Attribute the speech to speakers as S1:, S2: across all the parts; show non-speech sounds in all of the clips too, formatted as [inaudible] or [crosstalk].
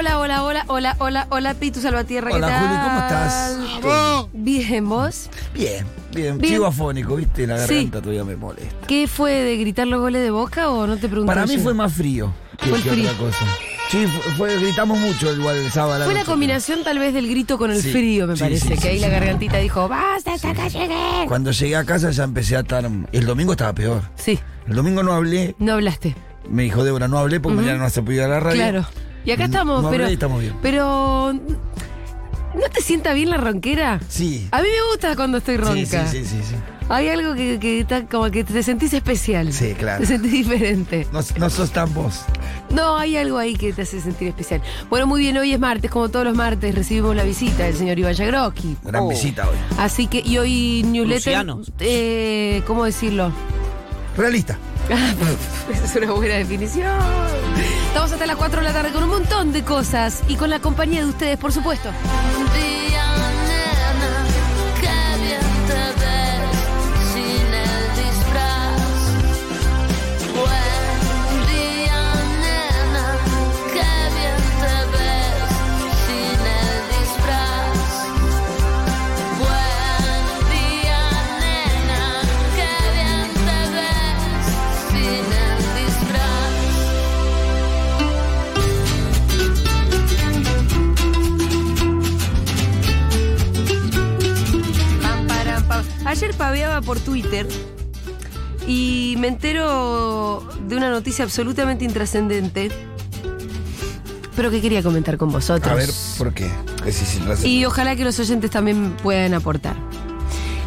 S1: Hola, hola, hola, hola, hola, hola, Pitu Salvatierra, ¿qué
S2: Hola,
S1: tal?
S2: Juli, ¿cómo estás?
S1: Bien, ¿vos?
S2: Bien, bien,
S1: Bien.
S2: Sigo afónico, viste, la
S1: Sí.
S2: garganta todavía me molesta.
S1: ¿Qué fue de gritar los goles de Boca o no te pregunté?
S2: Para mí
S1: ayer?
S2: fue más frío que,
S1: Fue el
S2: que
S1: frío.
S2: otra cosa. Sí, fue, fue- gritamos mucho igual el sábado. a la
S1: Fue la
S2: noche.
S1: combinación tal vez del grito con el
S2: Sí.
S1: frío, me
S2: Sí,
S1: parece,
S2: sí,
S1: que
S2: sí,
S1: ahí
S2: sí.
S1: la gargantita dijo, ¡basta hasta acá llegué!
S2: Cuando llegué a casa ya empecé a estar... El domingo estaba peor.
S1: Sí,
S2: El domingo no hablé,
S1: no hablaste,
S2: me dijo Débora, no hablé porque mañana no se podía ir a la radio.
S1: claro. Y acá
S2: No,
S1: estamos,
S2: no hablé
S1: pero...
S2: y estamos bien.
S1: Pero... ¿No te sienta bien la ronquera?
S2: Sí.
S1: A mí me gusta cuando estoy
S2: Sí, sí,
S1: ronca.
S2: sí, sí, sí.
S1: Hay algo que, que está como que te sentís especial.
S2: Sí, claro.
S1: Te sentís diferente.
S2: No, no sos tan vos.
S1: No, hay algo ahí que te hace sentir especial. Bueno, muy bien, hoy es martes, como todos los martes recibimos la visita del señor Iván Yagroski.
S2: Gran visita hoy.
S1: Así que, y hoy newsletter.
S3: Luciano.
S1: Eh, ¿Cómo decirlo?
S2: Realista.
S1: [laughs] Esa es una buena definición. Estamos hasta las 4 de la tarde con un montón de cosas y con la compañía de ustedes, por supuesto.
S4: Un día, nena, que bien te ves sin el disfraz. Buen día, nena, que bien te ves sin el disfraz. Buen día, nena, que bien te ves sin el disfraz.
S1: Pam, param, pam. Ayer paveaba por Twitter y me entero de una noticia absolutamente intrascendente, pero que quería comentar con vosotros.
S2: A ver, ¿por qué? Que sí, sí, lo hace.
S1: Y ojalá que los oyentes también puedan aportar.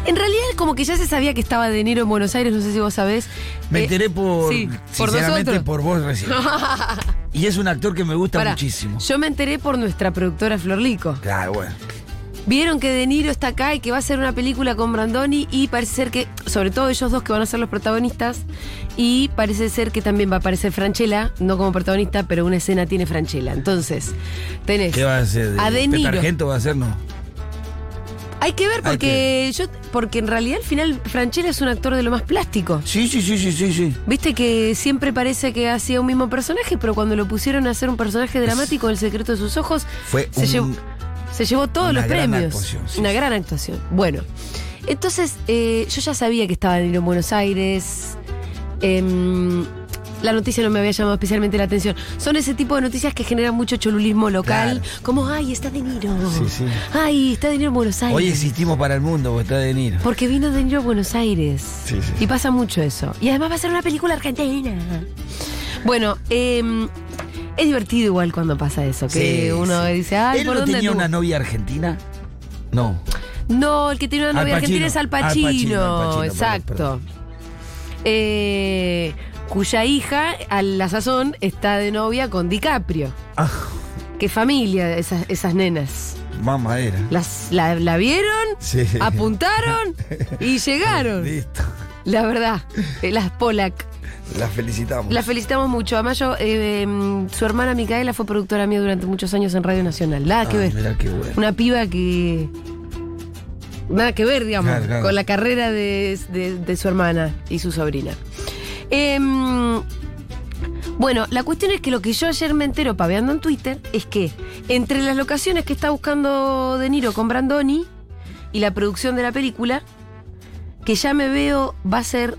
S1: En realidad, como que ya se sabía que estaba De Niro en Buenos Aires, no sé si vos sabés.
S2: Me
S1: Eh,
S2: enteré por...
S1: sí, por
S2: sinceramente,
S1: nosotros.
S2: por vos
S1: [laughs]
S2: recién. y es un actor que me gusta
S1: Pará,
S2: muchísimo.
S1: Yo me enteré por nuestra productora Florlico.
S2: Claro, bueno.
S1: Vieron que De Niro está acá y que va a hacer una película con Brandoni y parece ser que, sobre todo ellos dos que van a ser los protagonistas, y parece ser que también va a aparecer Franchella, no como protagonista, pero una escena tiene Franchella. Entonces, tenés...
S2: ¿Qué va a hacer?
S1: A De Niro.
S2: Argento va a hacer? No.
S1: Hay que ver
S2: Hay
S1: porque yo porque en realidad al final Franchella es un actor de lo más plástico.
S2: Sí, sí, sí, sí, sí, sí.
S1: Viste que siempre parece que hacía un mismo personaje, pero cuando lo pusieron a hacer un personaje dramático, El secreto de sus ojos,
S2: Fue
S1: se,
S2: un-
S1: llevó, se llevó todos
S2: una
S1: los
S2: gran
S1: premios.
S2: actuación, sí,
S1: una
S2: sí.
S1: gran actuación. Bueno, entonces eh, yo ya sabía que estaba en Buenos Aires. Em, la noticia no me había llamado especialmente la atención. Son ese tipo de noticias que generan mucho cholulismo local.
S2: Claro.
S1: Como, ay, está De Niro.
S2: Sí, sí.
S1: Ay, está De Niro en Buenos Aires.
S2: Hoy existimos para el mundo, vos está De Niro.
S1: Porque vino De Niro a Buenos Aires.
S2: Sí, sí.
S1: Y pasa mucho eso. Y además va a ser una película argentina. Bueno, eh, es divertido igual cuando pasa eso. Que
S2: Sí,
S1: uno
S2: sí.
S1: dice, ay,
S2: ¿Él
S1: ¿por
S2: no
S1: dónde
S2: tenía
S1: anduvo?".
S2: una novia argentina? No.
S1: No, el que tiene una
S2: Al
S1: novia argentina
S2: Pacino.
S1: es Al
S2: Al Pacino, Al
S1: Pacino.
S2: Pacino,
S1: Exacto.
S2: perdón,
S1: Eh, cuya hija, a la sazón, está de novia con DiCaprio.
S2: Ah,
S1: Qué familia esas, esas nenas.
S2: mamadera.
S1: Las, la, la vieron,
S2: ¿eh? Sí. [laughs]
S1: apuntaron y llegaron.
S2: Listo.
S1: La verdad, eh, las Polak.
S2: La felicitamos.
S1: Las felicitamos mucho. Además, yo, eh, em, su hermana Micaela fue productora mía durante muchos años en Radio Nacional. Nada que
S2: Ah,
S1: ver.
S2: mirá qué bueno.
S1: Una piba que. Nada que ver, digamos,
S2: Claro, claro.
S1: con la carrera de, de- de su hermana y su sobrina. Em, bueno, la cuestión es que lo que yo ayer me entero paveando en Twitter es que entre las locaciones que está buscando De Niro con Brandoni y la producción de la película, que ya me veo va a ser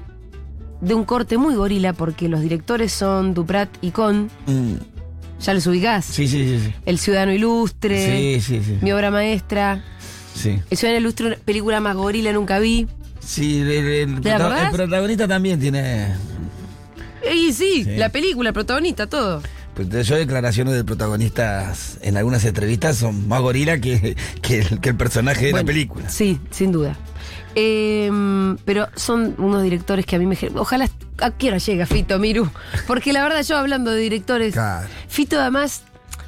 S1: de un corte muy gorila porque los directores son Duprat y Con,
S2: Mm,
S1: ya los ubicás,
S2: Sí, sí, sí, sí.
S1: El Ciudadano Ilustre,
S2: Sí, sí, sí.
S1: Mi Obra Maestra,
S2: Sí.
S1: El Ciudadano Ilustre, una película más gorila nunca vi.
S2: Sí, el, el
S1: ¿Te la
S2: prota-
S1: acordás?
S2: el protagonista también tiene.
S1: Y sí,
S2: Sí.
S1: la película, el protagonista, todo.
S2: pues, Yo declaraciones de protagonistas en algunas entrevistas son más gorila que, que el, que el personaje de
S1: Bueno,
S2: la película.
S1: Sí, sin duda. Em, pero son unos directores que a mí me... gen- Ojalá... ¿A qué hora llega Fito, Miru? Porque la verdad yo hablando de directores...
S2: Claro.
S1: Fito además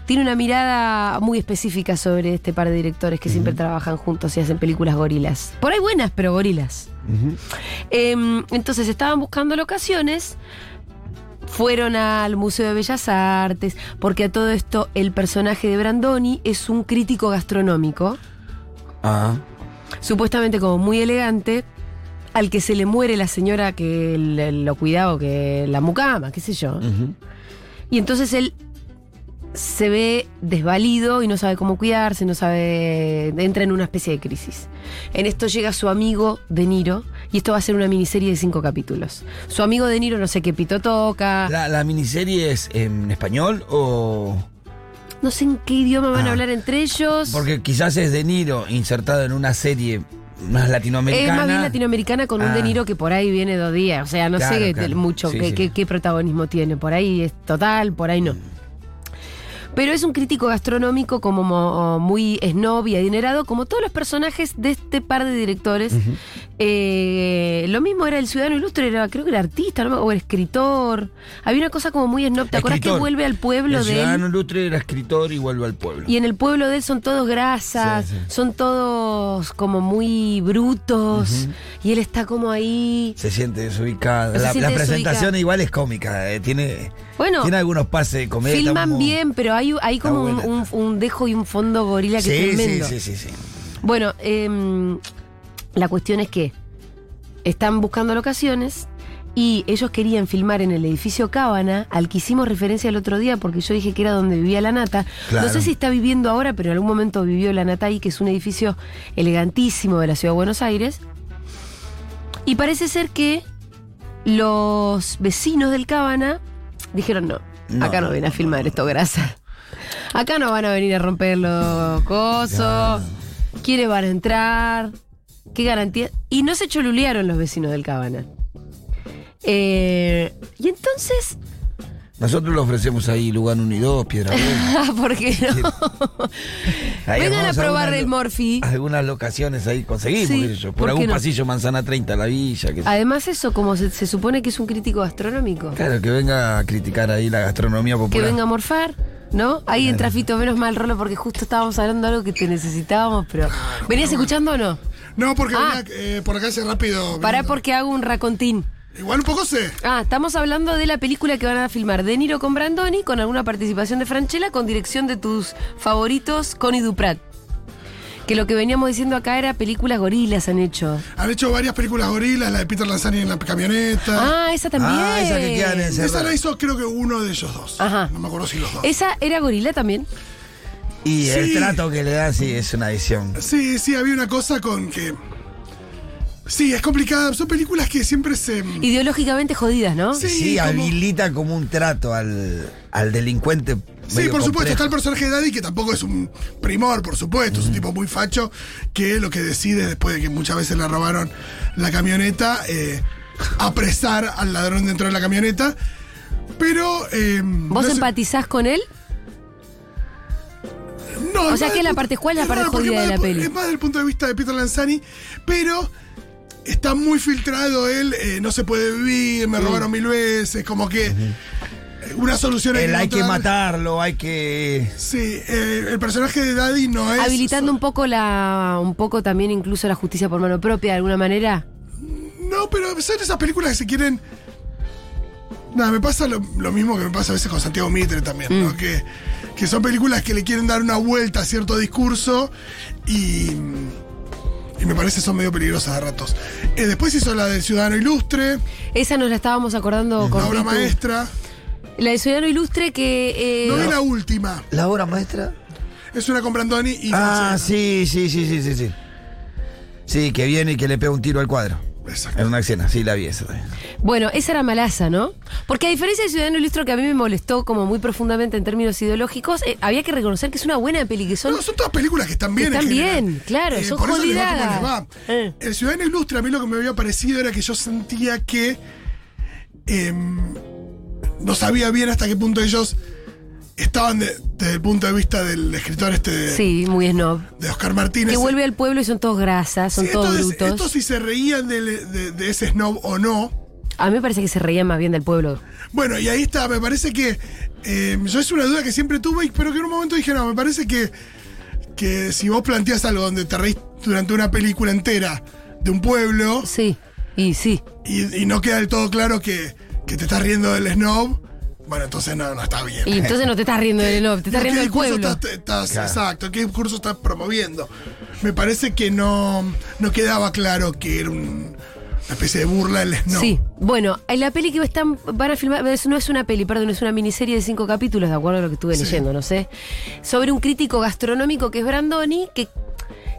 S1: tiene una mirada muy específica sobre este par de directores que siempre trabajan juntos y hacen películas gorilas. Por ahí buenas, pero gorilas.
S2: Ujú.
S1: Em, entonces estaban buscando locaciones. Fueron al Museo de Bellas Artes, porque a todo esto el personaje de Brandoni es un crítico gastronómico
S2: Ah.
S1: supuestamente como muy elegante, al que se le muere la señora que le- lo cuidaba, o que la mucama, qué sé yo.
S2: ujú.
S1: Y entonces él se ve desvalido y no sabe cómo cuidarse, no sabe. entra en una especie de crisis. En esto llega su amigo De Niro, y esto va a ser una miniserie de cinco capítulos. Su amigo De Niro no sé qué pito toca,
S2: ¿La, la miniserie es en español o...?
S1: no sé en qué idioma van a
S2: Ah.
S1: hablar entre ellos.
S2: Porque quizás es De Niro insertado en una serie más latinoamericana.
S1: Es más bien latinoamericana con un
S2: Ah.
S1: De Niro que por ahí viene dos días. O sea, no
S2: Claro,
S1: sé qué-
S2: claro.
S1: mucho
S2: Sí,
S1: qué,
S2: sí. Mm.
S1: qué- qué protagonismo tiene. Por ahí es total, por ahí no. Pero es un crítico gastronómico como mo- muy snob y adinerado, como todos los personajes de este par de directores. Eh, lo mismo era el ciudadano ilustre, era, creo que era artista ¿no? o era escritor. Había una cosa como muy snob. ¿Te acordás que
S2: Escritor.
S1: vuelve al pueblo
S2: El
S1: de él?
S2: ciudadano ilustre era escritor y vuelve al pueblo.
S1: Y en el pueblo de él son todos grasas,
S2: Sí, sí.
S1: son todos como muy brutos, y él está como ahí.
S2: Se siente desubicado.
S1: Se
S2: la,
S1: siente
S2: la presentación
S1: desubicado.
S2: igual es cómica. eh, Tiene,
S1: Bueno,
S2: tiene algunos pases de comedia. está
S1: filman
S2: como-
S1: bien, pero hay, hay
S2: está
S1: como un,
S2: buena.
S1: un- un dejo y un fondo gorila que es
S2: Sí, sí,
S1: tremendo.
S2: sí, sí, sí.
S1: Bueno, em, la cuestión es que están buscando locaciones y ellos querían filmar en el edificio Cábana, al que hicimos referencia el otro día porque yo dije que era donde vivía la nata.
S2: Claro.
S1: No sé si está viviendo ahora, pero en algún momento vivió la nata ahí, que es un edificio elegantísimo de la ciudad de Buenos Aires. Y parece ser que los vecinos del Cábana dijeron no.
S2: No.
S1: Acá no vienen a filmar esto, grasa. Acá no van a venir a romper los cosos. ¿Quiénes van a entrar? ¿Qué garantía? Y no se cholulearon los vecinos del Cabana. Eh, y entonces, [laughs]
S2: Nosotros le ofrecemos ahí Lugano 1 y 2, Piedra Blanca.
S1: ah, ¿por qué no?
S2: Ahí
S1: Vengan a
S2: armamos
S1: probar
S2: algunas-
S1: el morfi.
S2: Algunas locaciones ahí conseguimos,
S1: Sí,
S2: qué sé yo,
S1: ¿por
S2: Por
S1: qué
S2: algún
S1: no?
S2: pasillo Manzana 30, la villa. Que...
S1: Además, eso, como se, se supone que es un crítico gastronómico.
S2: Claro, que venga a criticar ahí la gastronomía
S1: Que
S2: popular.
S1: venga a morfar, ¿no? Ahí entra Fito, menos mal, Rolo, porque justo estábamos hablando de algo que te necesitábamos, pero. ¿Venías escuchando o no?
S3: No, porque
S1: Ah.
S3: venía, eh, por acá hace rápido.
S1: Pará
S3: viniendo.
S1: porque hago un racontín.
S3: Igual un poco sé.
S1: Ah, estamos hablando de la película que van a filmar De Niro con Brandoni, con alguna participación de Franchella, con dirección de tus favoritos, Connie Duprat. Que lo que veníamos diciendo acá era películas gorilas han hecho.
S3: Han hecho varias películas gorilas, la de Peter Lanzani en la camioneta.
S1: Ah, esa también.
S2: Ah, esa que quedan en-
S3: Esa
S2: verdad.
S3: la hizo creo que uno de ellos dos.
S1: Ajá.
S3: No me acuerdo si los dos.
S1: Esa era gorila también.
S2: Y el
S3: Sí.
S2: trato que le dan, sí, es una edición.
S3: Sí, sí, había una cosa con que... Sí, es complicada. Son películas que siempre se...
S1: Ideológicamente jodidas, ¿no?
S3: Sí,
S2: Sí,
S3: como-
S2: habilita como un trato al, al delincuente.
S3: Sí,
S2: medio
S3: por supuesto, está
S2: complejo.
S3: el personaje de Daddy, que tampoco es un primor, por supuesto, es un tipo muy facho, que lo que decide después de que muchas veces le robaron la camioneta, eh, apresar al ladrón dentro de la camioneta. Pero... eh,
S1: ¿Vos
S3: no sé-
S1: empatizás con él?
S3: No,
S1: O
S3: es
S1: sea,
S3: más
S1: que
S3: del
S1: la
S3: punto-
S1: parte jodida es la parte
S3: raro, porque
S1: jodida
S3: es
S1: de
S3: más
S1: la
S3: del pu-
S1: peli.
S3: Es más del punto de vista de Peter Lanzani, pero está muy filtrado él, eh, no se puede vivir, me robaron mil veces, como que eh, una solución
S2: El hay que
S3: encontrar.
S2: matarlo, hay que.
S3: Sí, eh, el personaje de Daddy no es...
S1: Habilitando un poco la. un poco también incluso la justicia por mano propia de alguna manera.
S3: No, pero son esas películas que se quieren... Nada, me pasa lo, lo mismo que me pasa a veces con Santiago Mitre también,
S1: Mm.
S3: ¿no? Que, que son películas que le quieren dar una vuelta a cierto discurso y... Y me parece son medio peligrosas a ratos. Eh, después hizo la del Ciudadano Ilustre,
S1: Esa nos la estábamos acordando con
S3: la obra
S1: Pitu.
S3: maestra.
S1: La de Ciudadano Ilustre que. eh,
S3: No vi la última.
S2: ¿La obra maestra?
S3: Es una con Brandoni y...
S2: Ah, sí, sí, sí, sí, sí, sí. Sí, que viene y que le pega un tiro al cuadro.
S3: Exacto.
S2: En una escena, sí, la vi esa también.
S1: Bueno, esa era malaza, ¿no? Porque a diferencia de Ciudadano Ilustre, que a mí me molestó como muy profundamente en términos ideológicos, eh, había que reconocer que es una buena peli, que son...
S3: No, son todas películas que están bien.
S1: Que están
S3: en general. Eh,
S1: bien, claro, son
S3: por eso les va
S1: jodidadas.
S3: como les va.
S1: Eh.
S3: El Ciudadano Ilustre, a mí lo que me había parecido era que yo sentía que em, no sabía bien hasta qué punto ellos estaban de- desde el punto de vista del escritor este de,
S1: Sí, muy snob.
S3: de Oscar Martínez.
S1: Que vuelve al pueblo y son todos grasas, son
S3: Sí,
S1: todos
S3: entonces,
S1: brutos.
S3: Esto si se reían del- de, de ese snob o no.
S1: A mí me parece que se reían más bien del pueblo.
S3: Bueno, y ahí está, me parece que. eh, yo es una duda que siempre tuve, y- pero que en un momento dije, no, me parece que, que si vos planteás algo donde te reís durante una película entera de un pueblo
S1: Sí, y sí.
S3: y, y no queda del todo claro que, que te estás riendo del snob, bueno, entonces no, no está bien.
S1: Y entonces no te estás riendo del snob, te estás
S3: ¿Qué
S1: riendo del
S3: discurso
S1: pueblo.
S3: estás- estás-
S2: Claro.
S3: Exacto, ¿qué discurso estás promoviendo? Me parece que no, no quedaba claro que era un, Una especie de burla del snow.
S1: Sí. Bueno, en la peli que están, van a filmar, es- no es una peli, perdón, es una miniserie de cinco capítulos, de acuerdo a lo que estuve
S3: Sí.
S1: leyendo, no sé. Sobre un crítico gastronómico que es Brandoni, que,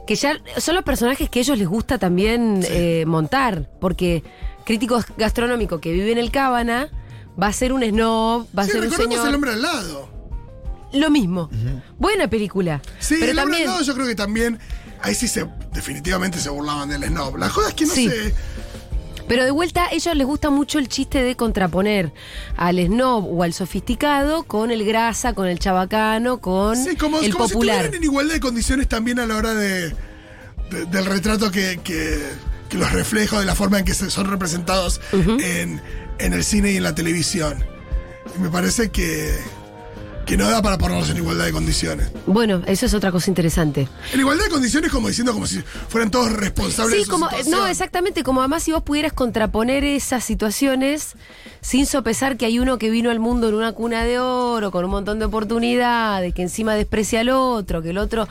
S1: que ya son los personajes que a ellos les gusta también eh, montar, porque crítico gastronómico que vive en el Cábana va a ser un snob, va a
S3: Sí,
S1: ser un
S3: recordemos
S1: señor.
S3: el hombre al lado.
S1: Lo mismo. Buena película.
S3: Sí,
S1: pero
S3: el hombre
S1: también.
S3: al lado yo creo que también. Ahí sí se definitivamente se burlaban del snob. La joda es que no
S1: Sí.
S3: sé.
S1: Pero de vuelta a ellos les gusta mucho el chiste de contraponer al snob o al sofisticado con el grasa, con el chabacano, con
S3: Sí, como,
S1: el
S3: como si
S1: popular.
S3: estuvieran en igualdad de condiciones también a la hora de, de- del retrato que, que- que los reflejo de la forma en que se- son representados en, en el cine y en la televisión. Y me parece que, que no da para ponerlos en igualdad de condiciones.
S1: Bueno, eso es otra cosa interesante.
S3: En igualdad de condiciones como diciendo como si fueran todos responsables de
S1: Sí,
S3: su
S1: como
S3: situación.
S1: no, exactamente, como además si vos pudieras contraponer esas situaciones sin sopesar que hay uno que vino al mundo en una cuna de oro con un montón de oportunidades, que encima desprecia al otro, que el otro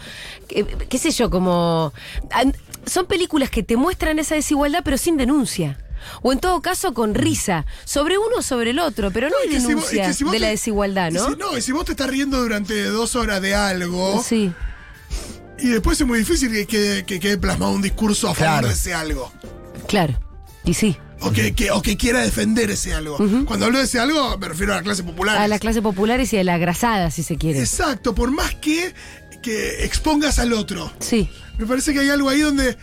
S1: que- qué sé yo, como an- son películas que te muestran esa desigualdad pero sin denuncia. O en todo caso con risa, sobre uno o sobre el otro, pero no
S3: Mm. No, y
S1: hay
S3: que si vos- y
S1: denuncia
S3: que si vos
S1: de la
S3: te-
S1: desigualdad,
S3: y
S1: ¿no?
S3: si- no, y si vos te estás riendo durante dos horas de algo,
S1: Sí.
S3: y después es muy difícil que quede, que quede plasmado un discurso a favor
S2: Claro.
S3: de ese algo.
S1: Claro. Y sí.
S3: O que, que- o que quiera defender ese algo. Cuando hablo de ese algo, me refiero a la clase popular.
S1: A las clases populares y a la grasada, si se quiere.
S3: Exacto, por más que, que expongas al otro.
S1: Sí.
S3: Me parece que hay algo ahí donde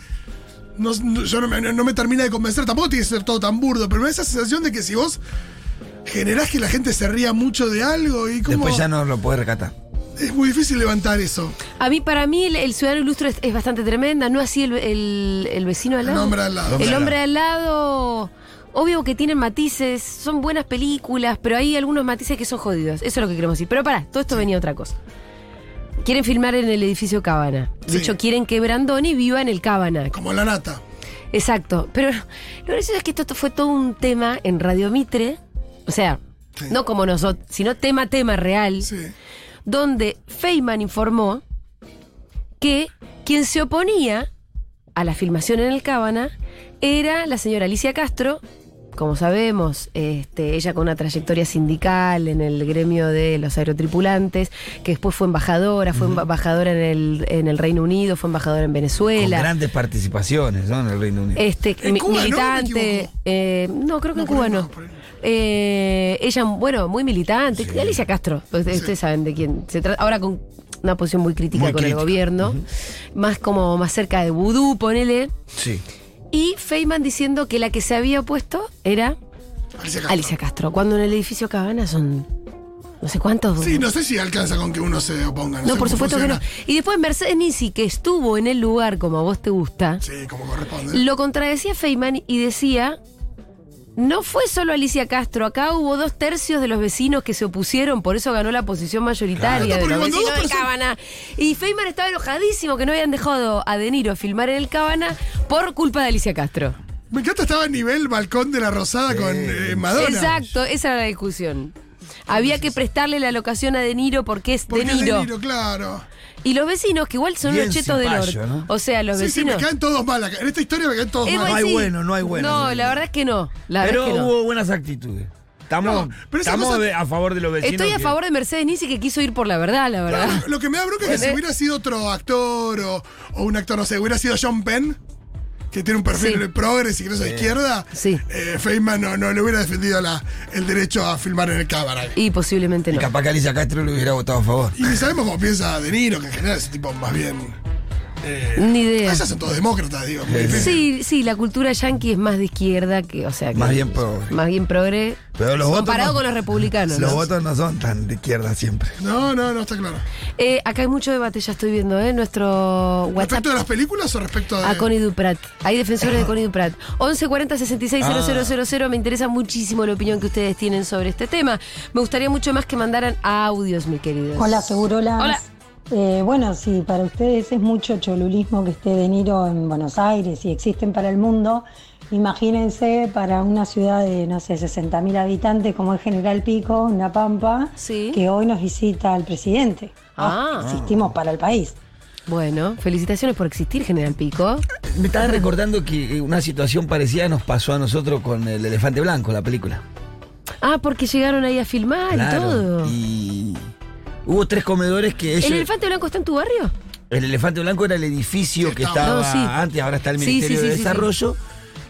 S3: no, no- yo no me, no me termina de convencer. Tampoco tiene que ser todo tan burdo, pero me da esa sensación de que si vos generás que la gente se ría mucho de algo y como
S2: Después ya no lo podés rescatar.
S3: es muy difícil levantar eso.
S1: A mí, para mí, el, el ciudadano ilustre es, es bastante tremenda, no así el, el- el vecino al
S3: El
S1: lado.
S3: hombre al lado.
S1: El hombre al lado, obvio que tienen matices, son buenas películas, pero hay algunos matices que son jodidos. Eso es lo que queremos decir. Pero pará, todo esto venía otra cosa. Quieren filmar en el edificio Cábana. De
S3: Sí.
S1: hecho, quieren que Brandoni viva en el Cábana.
S3: Como la nata.
S1: Exacto. Pero lo gracioso es que esto fue todo un tema en Radio Mitre. O sea,
S3: Sí.
S1: no como nosotros, sino tema, tema real
S3: Sí.
S1: donde Feynman informó que quien se oponía a la filmación en el Cábana era la señora Alicia Castro. Como sabemos, este, ella con una trayectoria sindical en el gremio de los aerotripulantes, que después fue embajadora, fue embajadora en el, en el Reino Unido, fue embajadora en
S2: Con
S1: Venezuela.
S2: grandes participaciones ¿no? en el Reino Unido.
S1: Este,
S3: En
S1: mi-
S3: Cuba, ¿no? ¿Me
S1: militante.
S3: equivoco?
S1: eh, no, creo que
S3: No,
S1: en
S3: por
S1: Cuba
S3: ahí no,
S1: no.
S3: por ahí no.
S1: Eh, ella, bueno, muy militante. Alicia Castro, ustedes ustedes saben de quién se trata. Ahora con una posición muy crítica
S2: Muy
S1: con
S2: crítica,
S1: el gobierno. Más como más cerca de vudú, ponele.
S2: Sí.
S1: Y Feynman diciendo que la que se había opuesto era
S3: Alicia Castro.
S1: Alicia Castro. Cuando en el edificio Cabana son no sé cuántos.
S3: Sí, no sé si alcanza con que uno se oponga.
S1: no,
S3: sé
S1: por
S3: cómo
S1: supuesto que no.
S3: funciona.
S1: Y después Mercedes Nisi, que estuvo en el lugar como a vos te gusta.
S3: Sí, como corresponde.
S1: Lo contradecía Feynman y decía, no fue solo Alicia Castro, acá hubo dos tercios de los vecinos que se opusieron, por eso ganó la posición mayoritaria
S3: Claro,
S1: de
S3: porque
S1: los
S3: cuando
S1: vecinos
S3: dos
S1: del
S3: personas-
S1: Cábana. Y Feynman estaba enojadísimo que no habían dejado a De Niro filmar en el Cábana por culpa de Alicia Castro.
S3: Me encanta, estaba a nivel balcón de la Rosada con eh, Madonna.
S1: Exacto, esa era la discusión. Había que prestarle la locación a De Niro porque es
S3: Porque
S1: De
S3: es
S1: Niro.
S3: De Niro, claro.
S1: Y los vecinos, que igual son
S2: Bien
S1: unos chetos del
S2: cipallo,
S1: norte.
S2: ¿no?
S1: O sea, los
S3: Sí, sí, me
S1: vecinos...
S3: caen todos mal acá. En esta historia me caen todos
S1: Eh,
S3: mal.
S1: vos
S2: No hay
S1: decís-
S2: bueno, no hay bueno.
S1: No, la verdad es que no. La
S2: Pero
S1: verdad es que no.
S2: hubo buenas actitudes. Estamos,
S3: No, pero esa
S2: estamos
S3: cosa-
S2: de- a favor de los vecinos.
S1: Estoy a
S2: que-
S1: favor de Mercedes Nisi que quiso ir por la verdad, la verdad.
S3: Lo- Lo que me da bronca es que si hubiera sido otro actor o, o un actor, no sé, hubiera sido John Penn, que tiene un perfil
S1: Sí.
S3: de progres y que no es de izquierda,
S1: Sí.
S3: eh, Feynman no, no le hubiera defendido la- el derecho a filmar en el cámara.
S1: Y posiblemente
S2: Y
S1: no.
S2: capaz que Alicia Castro le hubiera votado a favor.
S3: Y ni sabemos cómo piensa De Niro, que en general es un tipo más bien...
S1: Ni idea.
S3: Esas son todos demócratas, digo. muy difícil.
S1: Sí, sí, la cultura yanqui es más de izquierda que, o sea, que-
S2: Más bien progre.
S1: Más bien progre.
S2: Pero los votos
S1: comparado
S2: no-
S1: con los republicanos.
S2: Los
S1: ¿no?
S2: votos no son tan de izquierda siempre.
S3: No, no, no, está claro.
S1: Eh, acá hay mucho debate, ya estoy viendo, ¿eh? Nuestro WhatsApp
S3: ¿Respecto de las películas o respecto de...?
S1: a Connie Duprat. Hay defensores de Connie Duprat. 1140 66 000. Me interesa muchísimo la opinión que ustedes tienen sobre este tema. Me gustaría mucho más que mandaran audios, mi querido.
S5: Hola, Segurolas.
S1: Hola.
S5: Eh, bueno, si para ustedes es mucho cholulismo que esté De Niro en Buenos Aires y existen para el mundo, imagínense para una ciudad de, no sé, 60.000 habitantes como es General Pico, una pampa,
S1: Sí.
S5: que hoy nos visita el presidente.
S1: Ah.
S5: Existimos para el país.
S1: Bueno, felicitaciones por existir, General Pico.
S2: Me estaba recordando que eh, una situación parecida nos pasó a nosotros con el elefante blanco, la película.
S1: Ah, porque llegaron ahí a filmar y
S2: Claro,
S1: Ah, todo.
S2: y hubo tres comedores que ellos.
S1: ¿El elefante blanco está en tu barrio?
S2: El elefante blanco era el edificio que
S1: estaba. No,
S2: estaba
S1: sí.
S2: antes, ahora está el
S1: Sí,
S2: Ministerio
S1: sí, sí,
S2: de
S1: sí, sí.
S2: Desarrollo.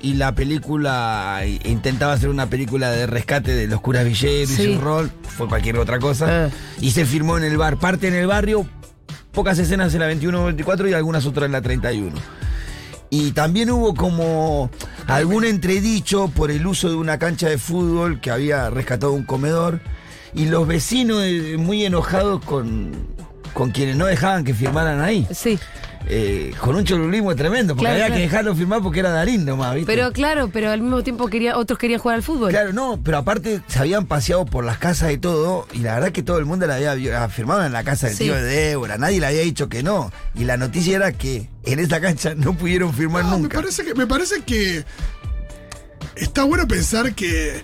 S2: Y la película eh, intentaba hacer una película de rescate de los curas villeros
S1: Sí.
S2: y un rol, fue cualquier otra cosa.
S1: Ah.
S2: Y se firmó en el bar, parte en el barrio, pocas escenas en la 21-24 y algunas otras en la 31. Y también hubo como algún entredicho por el uso de una cancha de fútbol que había rescatado un comedor. Y los vecinos eh, muy enojados con, con quienes no dejaban que firmaran ahí.
S1: Sí.
S2: Eh, con un cholulismo tremendo, porque
S1: Claro,
S2: había
S1: claro.
S2: que dejarlo firmar porque era Darín nomás, ¿viste?
S1: Pero claro, pero al mismo tiempo quería, otros querían jugar al fútbol.
S2: Claro, no, pero aparte se habían paseado por las casas y todo, y la verdad que todo el mundo la había vi- la firmado en la casa del
S1: Sí.
S2: tío de Débora, nadie le había dicho que no. Y la noticia era que en esa cancha no pudieron firmar
S3: No, me
S2: nunca.
S3: parece que. Me parece que. Está bueno pensar que.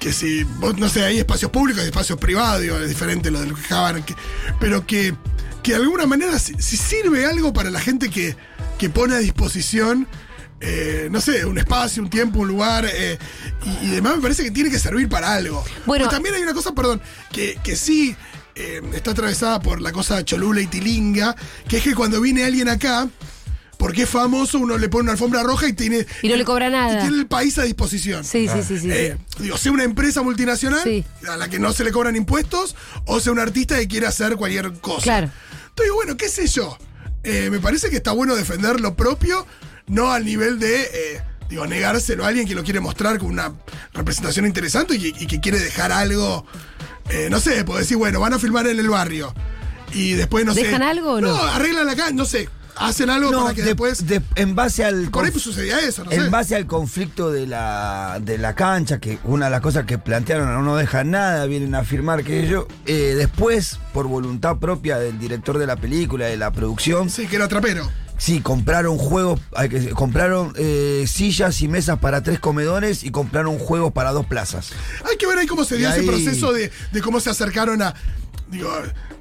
S3: Que si. vos, no sé, hay espacios públicos, hay espacios privados, digo, es diferente lo del que acaban, que- Pero que. Que de alguna manera, si, si sirve algo para la gente que, que pone a disposición. eh, no sé, un espacio, un tiempo, un lugar eh, y, y demás, me parece que tiene que servir para algo.
S1: Bueno.
S3: Pero también hay una cosa, perdón, que, que sí eh, está atravesada por la cosa cholula y tilinga, que es que cuando viene alguien acá, porque es famoso, uno le pone una alfombra roja y tiene.
S1: Y no le cobra nada.
S3: Y tiene el país a disposición.
S1: Sí, sí, sí, sí. sí.
S3: Eh, digo, sea una empresa multinacional
S1: Sí.
S3: a la que no se le cobran impuestos, o sea un artista que quiere hacer cualquier cosa.
S1: Claro.
S3: Entonces, bueno, qué sé yo. Eh, me parece que está bueno defender lo propio, no al nivel de. eh, digo, negárselo a alguien que lo quiere mostrar con una representación interesante y, y que quiere dejar algo. eh, no sé, puedo decir, bueno, van a filmar en el barrio. Y después, no sé.
S1: ¿Dejan algo o no?
S3: No, arreglan la calle, no sé. Hacen algo
S2: No,
S3: para que
S2: de-
S3: después.
S2: de- en base al
S3: Por ahí pues
S2: conf-
S3: sucedía eso, no sé.
S2: En base al conflicto de la, de la cancha, que una de las cosas que plantearon no nos deja nada, vienen a afirmar que ellos, eh, después, por voluntad propia del director de la película, de la producción,
S3: Sí, que era trapero.
S2: sí, compraron juegos, hay que- compraron eh, sillas y mesas para tres comedores y compraron juegos para dos plazas.
S3: Hay que ver ahí cómo se dio
S2: Y
S3: ese
S2: ahí-
S3: proceso de, de cómo se acercaron a. Digo,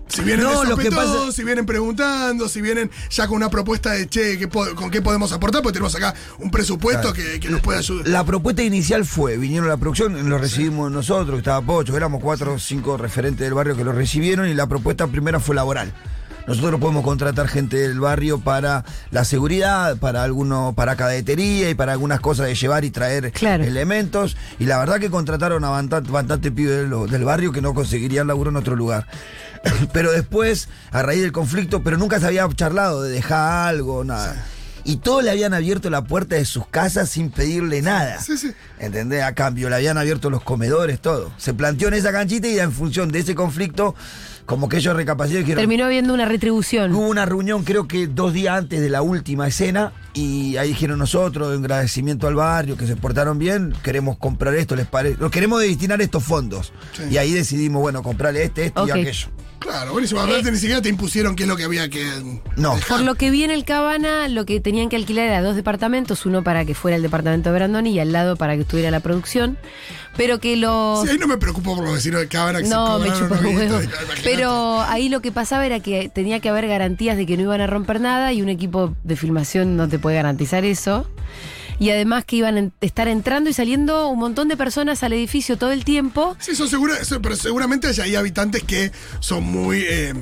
S3: si vienen
S2: No,
S3: de
S2: lo que
S3: sopetón,
S2: pasa-
S3: si vienen preguntando, si vienen ya con una propuesta de che, ¿qué po- ¿con qué podemos aportar? Porque tenemos acá un presupuesto que, que nos puede ayudar.
S2: La propuesta inicial fue, vinieron a la producción, lo recibimos nosotros, que estaba Pocho, éramos cuatro o cinco referentes del barrio que lo recibieron y la propuesta primera fue laboral. Nosotros podemos contratar gente del barrio para la seguridad, para alguno, para cadetería y para algunas cosas de llevar y traer
S1: Claro.
S2: elementos. Y la verdad que contrataron a bastante, bastante pibes de lo- del, barrio que no conseguirían laburo en otro lugar. [coughs] Pero después, a raíz del conflicto, pero nunca se había charlado de dejar algo, nada. Y todos le habían abierto la puerta de sus casas sin pedirle nada.
S3: Sí, sí.
S2: ¿Entendés? A cambio, le habían abierto los comedores, todo. Se planteó en esa canchita y en función de ese conflicto, como que ellos recapacitaron y dijeron,
S1: Terminó viendo una retribución.
S2: Hubo una reunión, creo que dos días antes de la última escena, y ahí dijeron nosotros, en agradecimiento al barrio, que se portaron bien, queremos comprar esto, les parece. Lo queremos destinar estos fondos.
S3: Sí.
S2: Y ahí decidimos, bueno, comprarle este, este
S1: Ok.
S2: y aquello.
S3: Claro, buenísimo.
S1: Eh.
S3: Aparte, ni siquiera te impusieron qué es lo que había que.
S2: No.
S3: dejar.
S1: Por lo que vi en el Cabana, lo que tenían que alquilar era dos departamentos, uno para que fuera el departamento de Brandoni y al lado para que estuviera la producción, pero que los...
S3: Sí, ahí no me preocupo por los vecinos de Cámara que
S1: No,
S3: se
S1: me
S3: cobraron
S1: chupa
S3: una
S1: un
S3: guita,
S1: huevo.
S3: digo, imagínate.
S1: Pero ahí lo que pasaba era que tenía que haber garantías de que no iban a romper nada y un equipo de filmación no te puede garantizar eso. Y además que iban a en- estar entrando y saliendo un montón de personas al edificio todo el tiempo
S3: Sí, son segura, son- pero seguramente hay ahí habitantes que son muy. eh,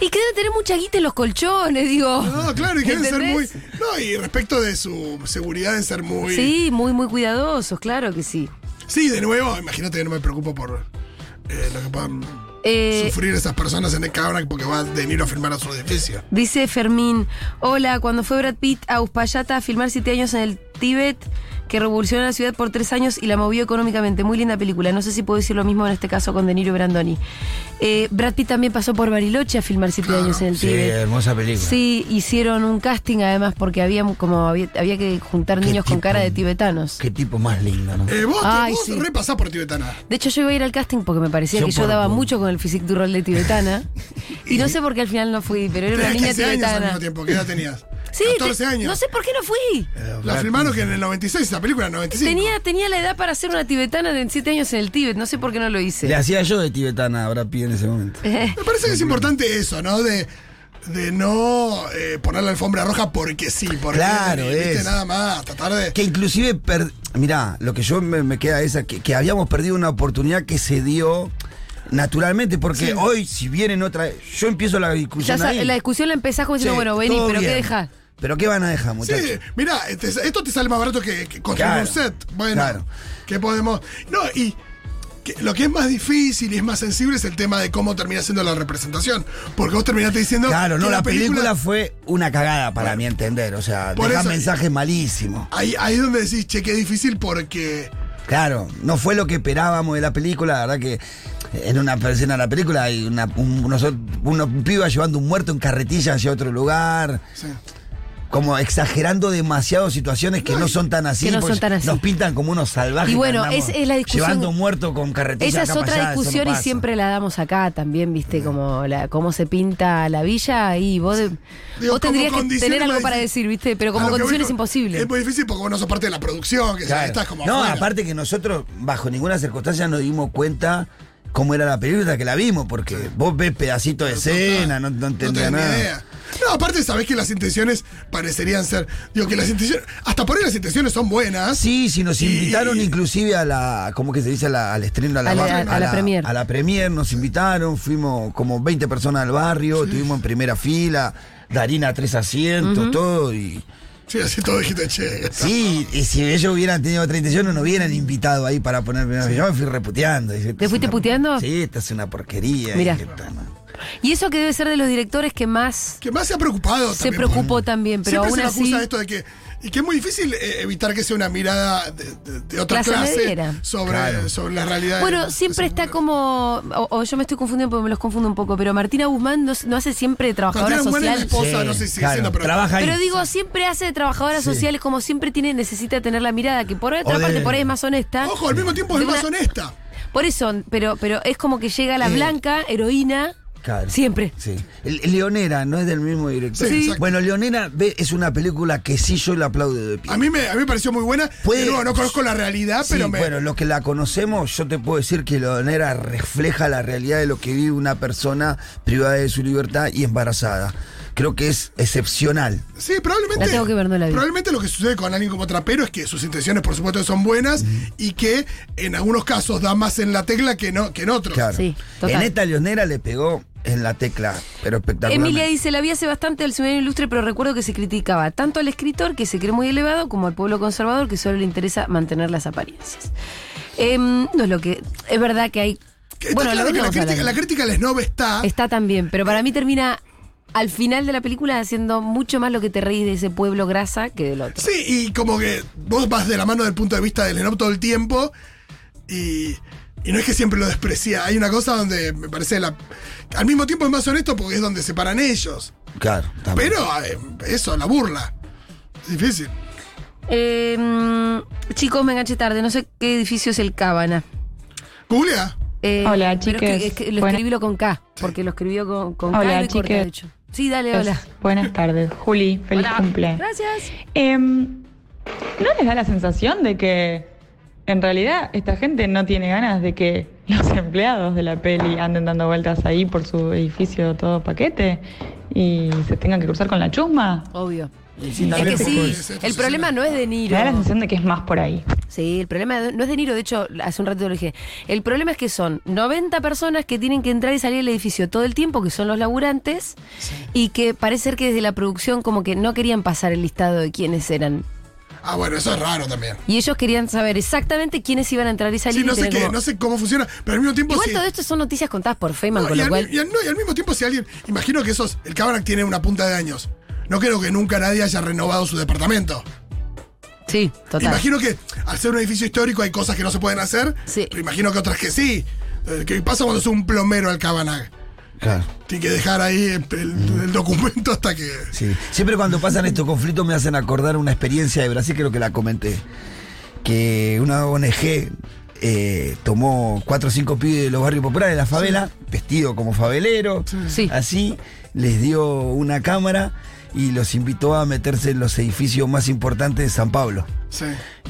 S1: y que deben tener mucha guita en los colchones, digo.
S3: no, claro, y quieren ser muy.
S1: ¿Entendés?
S3: No, y respecto de su seguridad en ser muy.
S1: Sí, muy, muy cuidadosos, claro que sí.
S3: Sí, de nuevo, imagínate que no me preocupo por eh, lo que puedan
S1: Eh,
S3: sufrir esas personas en el cabra porque va de venir a firmar a su edificio.
S1: Dice Fermín, hola, cuando fue Brad Pitt a Uspallata a filmar siete años en el Tíbet, que revolucionó la ciudad por tres años y la movió económicamente. Muy linda película. No sé si puedo decir lo mismo en este caso con De Niro y Brandoni. Eh, Brad Pitt también pasó por Bariloche a filmar siete años en el Tíbet.
S2: hermosa película.
S1: Sí, hicieron un casting además porque había como había, había que juntar
S2: Qué
S1: niños con
S2: tipo-
S1: cara de tibetanos.
S2: Qué tipo más lindo, ¿no?
S3: Eh, vos
S1: Ay,
S3: vos
S1: sí.
S3: repasás por Tibetana.
S1: De hecho, yo iba a ir al casting porque me parecía
S2: Yo
S1: que yo
S2: por-
S1: daba
S2: por-
S1: mucho con el physique du rol de
S2: [laughs]
S1: tibetana. y no sé por qué al final no fui, pero era una
S3: Tenías
S1: niña
S3: 15 años al
S1: tibetana.
S3: mismo tiempo. ¿Qué edad tenías?
S1: Sí, te-
S3: 14 años. Eh,
S1: No sé por qué no fui.
S3: La filmaron que en el 96, esa película, en el 95.
S1: Tenía, tenía la edad para ser una tibetana de 7 años en el Tíbet, no sé por qué no lo hice.
S2: Le hacía yo de tibetana ahora pide en ese momento.
S3: Me parece que es importante eso, ¿no? De, de no eh, poner la alfombra roja porque sí, porque
S2: Claro,
S3: no viste
S2: es.
S3: nada más, tratar de.
S2: Que inclusive, per- mirá, lo que yo me, me queda esa, que, que habíamos perdido una oportunidad que se dio naturalmente, porque
S3: Sí.
S2: hoy, si vienen otra yo empiezo la
S1: Ya
S2: discusión
S1: sa-
S2: ahí.
S1: la discusión la empezás como diciendo,
S2: Che,
S1: bueno, vení,
S2: todo
S1: pero ¿qué
S2: bien.
S1: deja?
S2: ¿Pero qué van a dejar, muchachos?
S3: Sí, mirá, este, esto te sale más barato que, que construir
S2: Claro,
S3: un set. Bueno,
S2: claro.
S3: ¿qué podemos? No, y que- lo que es más difícil y es más sensible es el tema de cómo termina siendo la representación. Porque vos terminaste diciendo.
S2: Claro, no,
S3: que
S2: la película, fue una cagada para mi entender. O sea,
S3: Por
S2: deja
S3: eso-
S2: mensajes malísimos.
S3: Ahí, ahí es donde decís, che, qué difícil porque.
S2: Claro, no fue lo que esperábamos de la película. La verdad que en una escena de la película hay una, un, unos, unos pibas llevando un muerto en carretilla hacia otro lugar.
S3: sí.
S2: Como exagerando demasiado situaciones que no, son tan así.
S1: Que no
S2: porque
S1: son tan así.
S2: Nos pintan como unos salvajes.
S1: Y bueno,
S2: que andamos
S1: es- es la discusión-
S2: Llevando muerto con carretilla.
S1: Esa es
S2: acá para
S1: otra
S2: allá, eso no
S1: discusión y
S2: pasa.
S1: siempre la damos acá también, ¿viste? Como la, cómo se pinta la villa y vos, de-
S3: Digo,
S1: vos
S3: como
S1: tendrías que
S3: condiciones
S1: tener
S3: más
S1: algo
S3: difi-
S1: para decir, ¿viste? Pero
S3: A
S1: como
S3: lo que
S1: condición
S3: voy
S1: es
S3: con-
S1: imposible.
S3: Es muy difícil porque vos no sos parte de la producción, que
S2: Claro.
S3: estás como.
S2: no,
S3: afuera.
S2: aparte que nosotros, bajo ninguna circunstancia, nos dimos cuenta cómo era la película que la vimos, porque vos ves pedacito de escena, no, no entendés
S3: tenés ni
S2: nada.
S3: idea. No, aparte sabés que las intenciones parecerían ser. Digo, que las intenciones. Hasta por ahí las intenciones son buenas.
S2: Sí, sí, nos
S3: Y-
S2: invitaron inclusive a la, ¿cómo que se dice? A la- al estreno, a la,
S1: A la-
S2: bar-
S1: a la premier.
S2: A la premier nos invitaron, fuimos como 20 personas al barrio, estuvimos en primera fila, Darina tres asientos, todo y...
S3: Sí, así todo dijiste, che.
S2: Sí, y si ellos hubieran tenido otra intención, no nos hubieran invitado ahí para poner primera fila. Yo me fui reputeando. dije, "Esta
S1: ¿Te
S2: es
S1: fuiste
S2: una-
S1: puteando?
S2: Sí, esta es una porquería.
S1: Mirá.
S2: y esta-
S1: Y eso que debe ser de los directores que más
S3: Que más se ha preocupado.
S1: se
S3: también
S1: preocupó
S3: por-
S1: también, pero
S3: Siempre
S1: aún
S3: se le
S1: así.
S3: acusa esto de que. Y que es muy difícil eh, evitar que sea una mirada de, de- de otra
S1: Clase
S3: clase,
S1: mediera.
S3: sobre,
S2: Claro.
S3: sobre la realidad.
S1: Bueno, siempre
S3: pues,
S1: está como. O, o yo me estoy confundiendo porque me los confundo un poco, pero Martina Guzmán no, no hace siempre de trabajadora
S3: Martina Guzmán es la
S1: social.
S3: esposa. Cosa, no sé si sigue siendo, pero-
S2: trabaja ahí.
S1: Pero digo, siempre hace de trabajadora social, es como siempre tiene, necesita tener la mirada, que por otra
S2: O de-
S1: parte por ahí es más honesta.
S3: Ojo, al mismo tiempo es
S1: de
S3: más
S1: una-
S3: honesta.
S1: Por eso, pero, pero es como que llega la blanca, heroína,
S2: Claro.
S1: siempre.
S2: Sí. El- el Leonera, no es del mismo director.
S3: Sí, Sí. exacto.
S2: Bueno, Leonera ve- es una película que sí yo le aplaudo de pie.
S3: A mí me, a mí me pareció muy buena.
S2: Puede-
S3: De nuevo, no conozco la realidad,
S2: Sí,
S3: pero me.
S2: Bueno, los que la conocemos, yo te puedo decir que Leonera refleja la realidad de lo que vive una persona privada de su libertad y embarazada. Creo que es excepcional.
S3: Sí, probablemente.
S1: La tengo que ver, no la vi.
S3: Probablemente lo que sucede con alguien como trapero es que sus intenciones, por supuesto, son buenas y que en algunos casos da más en la tecla que no que en otros.
S2: Claro.
S1: Sí, total.
S2: en esta Leonera le pegó en la tecla, pero espectacular.
S1: Emilia dice, la vi hace bastante del seminario ilustre, pero recuerdo que se criticaba tanto al escritor, que se cree muy elevado, como al pueblo conservador, que solo le interesa mantener las apariencias. Em, no es lo que... Es verdad que hay...
S3: Que está
S1: Bueno, lo
S3: claro que la
S1: estamos
S3: crítica,
S1: hablando.
S3: la crítica al snob está.
S1: Está también, pero para mí termina al final de la película haciendo mucho más lo que te reís de ese pueblo grasa que del otro.
S3: Sí, y como que vos vas de la mano del punto de vista del snob todo el tiempo y, y no es que siempre lo desprecia. Hay una cosa donde me parece la. Al mismo tiempo es más honesto porque es donde se paran ellos.
S2: Claro, también.
S3: Pero eh, eso, la burla. Es difícil.
S1: Em, chicos, me enganché tarde, no sé qué edificio es el Cábana.
S3: Julia.
S1: Eh,
S6: Hola,
S1: pero es que-
S6: chiques.
S1: es que lo
S6: Buenas-
S1: escribí lo con K, porque lo escribió con, con K.
S6: Hola,
S1: lo corté,
S6: chiques.
S1: de hecho. Sí, dale, hola.
S6: Buenas tardes, Juli, feliz cumple.
S1: Gracias.
S6: Em, ¿No les da la sensación de que en realidad esta gente no tiene ganas de que [laughs] los empleados de la peli anden dando vueltas ahí por su edificio todo paquete y se tengan que cruzar con la chusma?
S1: Obvio.
S2: Sí,
S1: Es que
S2: también.
S1: sí,
S3: es esto,
S1: el
S3: sí,
S1: problema no es de
S6: Me da la
S1: Niro.
S6: sensación de que es más por ahí.
S1: Sí, el problema de- no es de Niro, de hecho, hace un rato lo dije. El problema es que son 90 personas que tienen que entrar y salir del edificio todo el tiempo, que son los laburantes, y que parece ser que desde la producción como que no querían pasar el listado de quiénes eran.
S3: Ah, bueno, eso es raro también.
S1: Y ellos querían saber exactamente quiénes iban a entrar y salir.
S3: Sí, no
S1: y
S3: sé,
S1: tener
S3: qué,
S1: como-
S3: no sé cómo funciona, pero al mismo tiempo
S1: Igual
S3: sí.
S1: todo esto son noticias contadas por Feynman,
S3: No,
S1: con
S3: y,
S1: lo
S3: al,
S1: cual...
S3: y al- no, y al mismo tiempo si alguien, imagino que esos, el Cabrac tiene una punta de años. No creo que nunca nadie haya renovado su departamento.
S1: Sí, total.
S3: Imagino que al ser un edificio histórico hay cosas que no se pueden hacer,
S1: Sí.
S3: pero imagino que otras que sí. Eh, ¿Qué pasa cuando es un plomero al Cabanag?
S2: Claro.
S3: Tiene que dejar ahí el, el- el documento hasta que...
S2: Sí. Siempre cuando pasan estos conflictos me hacen acordar una experiencia de Brasil, creo que la comenté. Que una ONG eh, tomó cuatro o cinco pibes de los barrios populares de la favela, vestido como favelero,
S1: Sí.
S2: así, les dio una cámara y los invitó a meterse en los edificios más importantes de San Pablo.
S3: Sí.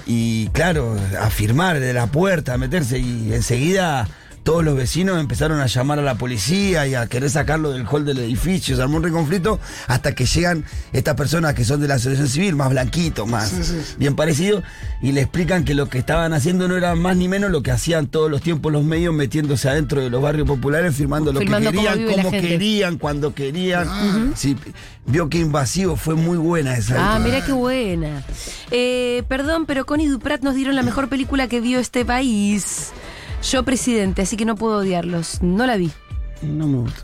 S2: Y claro, a firmar de la puerta, a meterse y enseguida todos los vecinos empezaron a llamar a la policía y a querer sacarlo del hall del edificio. Se armó un reconflicto hasta que llegan estas personas que son de la asociación civil, más blanquitos, más
S3: Sí, sí, sí.
S2: bien parecidos, y le explican que lo que estaban haciendo no era más ni menos lo que hacían todos los tiempos los medios metiéndose adentro de los barrios populares, firmando lo
S1: Firmando
S2: que
S1: cómo
S2: querían,
S1: vive la
S2: como
S1: gente.
S2: querían, cuando querían. Sí, vio que invasivo, fue muy buena esa.
S1: Ah, mira qué buena. Eh, perdón, pero Connie Duprat nos dieron la mejor película que vio este país. Yo, presidente, así que no puedo odiarlos. No la vi.
S2: No me gustó.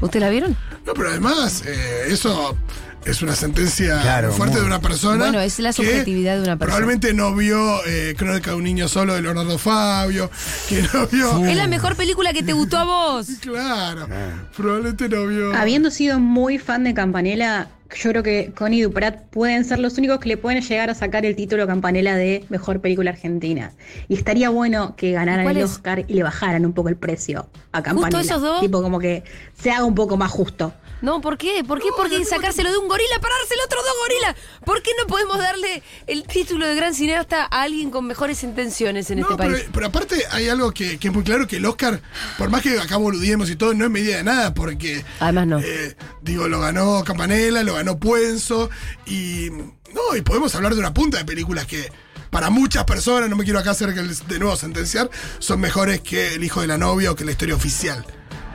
S1: ¿Usted la vieron?
S3: No, pero además, eh, eso es una sentencia
S2: Claro,
S3: fuerte
S2: muy-
S3: de una persona.
S1: Bueno, es la
S3: que
S1: subjetividad de una persona.
S3: Probablemente no vio eh, Crónica de un niño solo de Leonardo Fabio, que no vio.
S1: Es la mejor película que te gustó a vos.
S3: Claro,
S2: Ah.
S3: probablemente no vio.
S7: Habiendo sido muy fan de Campanella, yo creo que Connie Duprat pueden ser los únicos que le pueden llegar a sacar el título Campanella de Mejor Película Argentina. Y estaría bueno que ganaran
S1: ¿Cuál
S7: el
S1: es?
S7: Oscar y le bajaran un poco el precio a Campanella.
S1: esos dos?
S7: Tipo como que se haga un poco más justo.
S1: No, ¿por qué? ¿Por qué? ¿Por qué sacárselo de un gorila para dárselo a otros dos gorilas? ¿Por qué no podemos darle el título de gran cineasta a alguien con mejores intenciones en
S3: No,
S1: este
S3: pero, eh,
S1: país?
S3: pero aparte hay algo que, que es muy claro, que el Oscar, por más que acá boludiemos y todo, no es medida de nada, porque...
S1: Además Ah, no.
S3: eh, digo, lo ganó Campanella, lo ganó Puenzo, y... No, y podemos hablar de una punta de películas que para muchas personas, no me quiero acá hacer que les- de nuevo sentenciar, son mejores que El hijo de la novia o que la historia oficial.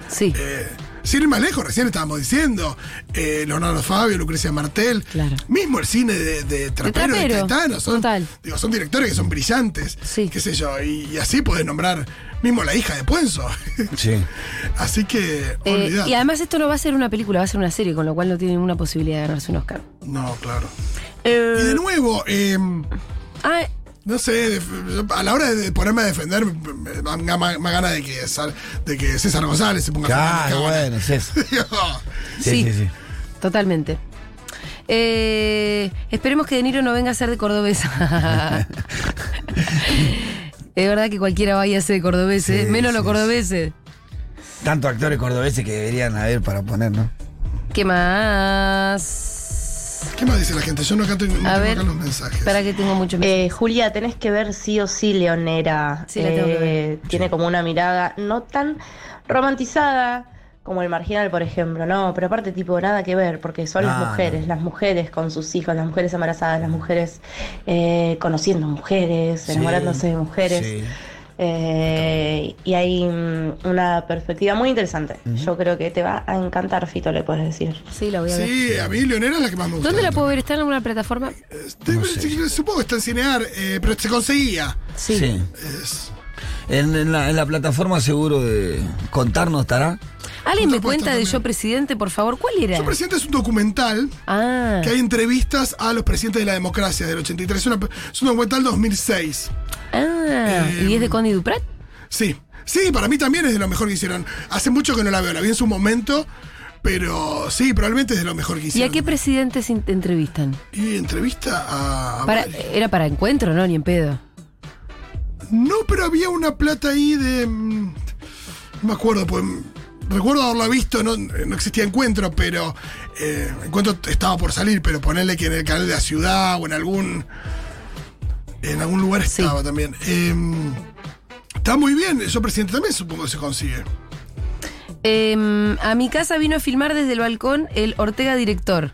S1: Sí.
S3: Eh, sin ir más lejos, recién estábamos diciendo, eh, Leonardo Fabio, Lucrecia Martel,
S1: Claro.
S3: mismo el cine de, de Trapero, de
S1: Trapero,
S3: Caetano, son,
S1: total.
S3: digo, son directores que son brillantes,
S1: Sí.
S3: qué sé yo, y, y así podés nombrar mismo la hija de Puenzo. [laughs]
S2: Sí.
S3: así que,
S1: Eh,
S3: olvidate.
S1: y además esto no va a ser una película, va a ser una serie, con lo cual no tiene ninguna posibilidad de ganarse un Oscar.
S3: No, claro.
S1: Eh,
S3: Y de nuevo, eh,
S1: ah,
S3: no sé, def- a la hora de ponerme a defender, me da más- más ganas de que, Sar- de que César González se ponga
S2: Claro,
S3: Fernández [laughs]
S2: bueno, es eso.
S3: Cabana.
S1: Sí. totalmente. Eh, esperemos que De Niro no venga a ser de
S3: [laughs]
S1: cordobesa. [laughs] es verdad que cualquiera vaya a ser de cordobeses,
S2: Sí,
S1: menos
S2: sí,
S1: los
S2: sí.
S1: cordobeses.
S2: Tantos actores cordobeses que deberían haber para poner, ¿no?
S1: ¿Qué más?
S3: ¿Qué más dice la gente? Yo no canto no tengo
S1: A
S3: acá
S1: ver,
S3: los mensajes.
S1: Espera que tengo mucho miedo.
S8: Eh, Julia, tenés que ver sí o sí Leonera.
S1: Sí, la tengo que
S8: Eh, Tiene como una mirada no tan romantizada como el marginal, por ejemplo, no, pero aparte tipo nada que ver, porque son
S2: No,
S8: las mujeres, las mujeres con sus hijos, las mujeres embarazadas, las mujeres eh, conociendo mujeres, enamorándose de mujeres.
S2: Sí.
S8: Eh, y hay mm, una perspectiva muy interesante. Yo creo que te va a encantar, Fito, le puedes decir.
S1: sí, la voy a ver.
S3: Sí, a mí Leonera es la que más me gusta.
S1: ¿Dónde la puedo ver? ¿Está en alguna plataforma?
S3: Este, Supongo que está en Cinear, eh, pero se conseguía.
S1: Sí.
S2: Sí.
S3: Es-
S2: En, en la, en la plataforma seguro de contarnos estará.
S1: ¿Alguien me
S3: Otra puesta
S1: cuenta de
S3: también.
S1: Yo Presidente, por favor? ¿Cuál era?
S3: Yo Presidente es un documental
S1: Ah,
S3: que hay entrevistas a los presidentes de la democracia del 83. Es, una- es un documental 2006.
S1: ah. ¿y es
S3: Eh,
S1: de Connie Duprat?
S3: Sí, sí, para mí también es de lo mejor que hicieron. Hace mucho que no la veo, la vi en su momento, pero sí, probablemente es de lo mejor que
S1: ¿Y
S3: hicieron.
S1: a qué presidentes in- entrevistan?
S3: Y entrevista a... a
S1: Para-
S3: varios.
S1: era para encuentro, ¿no? Ni en pedo.
S3: No, pero había una plata ahí de... mm, No me acuerdo, pues... mm, Recuerdo haberla visto, no, eh, no existía encuentro, pero eh, encuentro estaba por salir, pero ponerle que en el canal de la ciudad o en algún en algún lugar
S1: Sí.
S3: estaba también. Eh, está muy bien, yo presidente también supongo que se consigue.
S1: Em, a mi casa vino a filmar desde el balcón el Ortega director.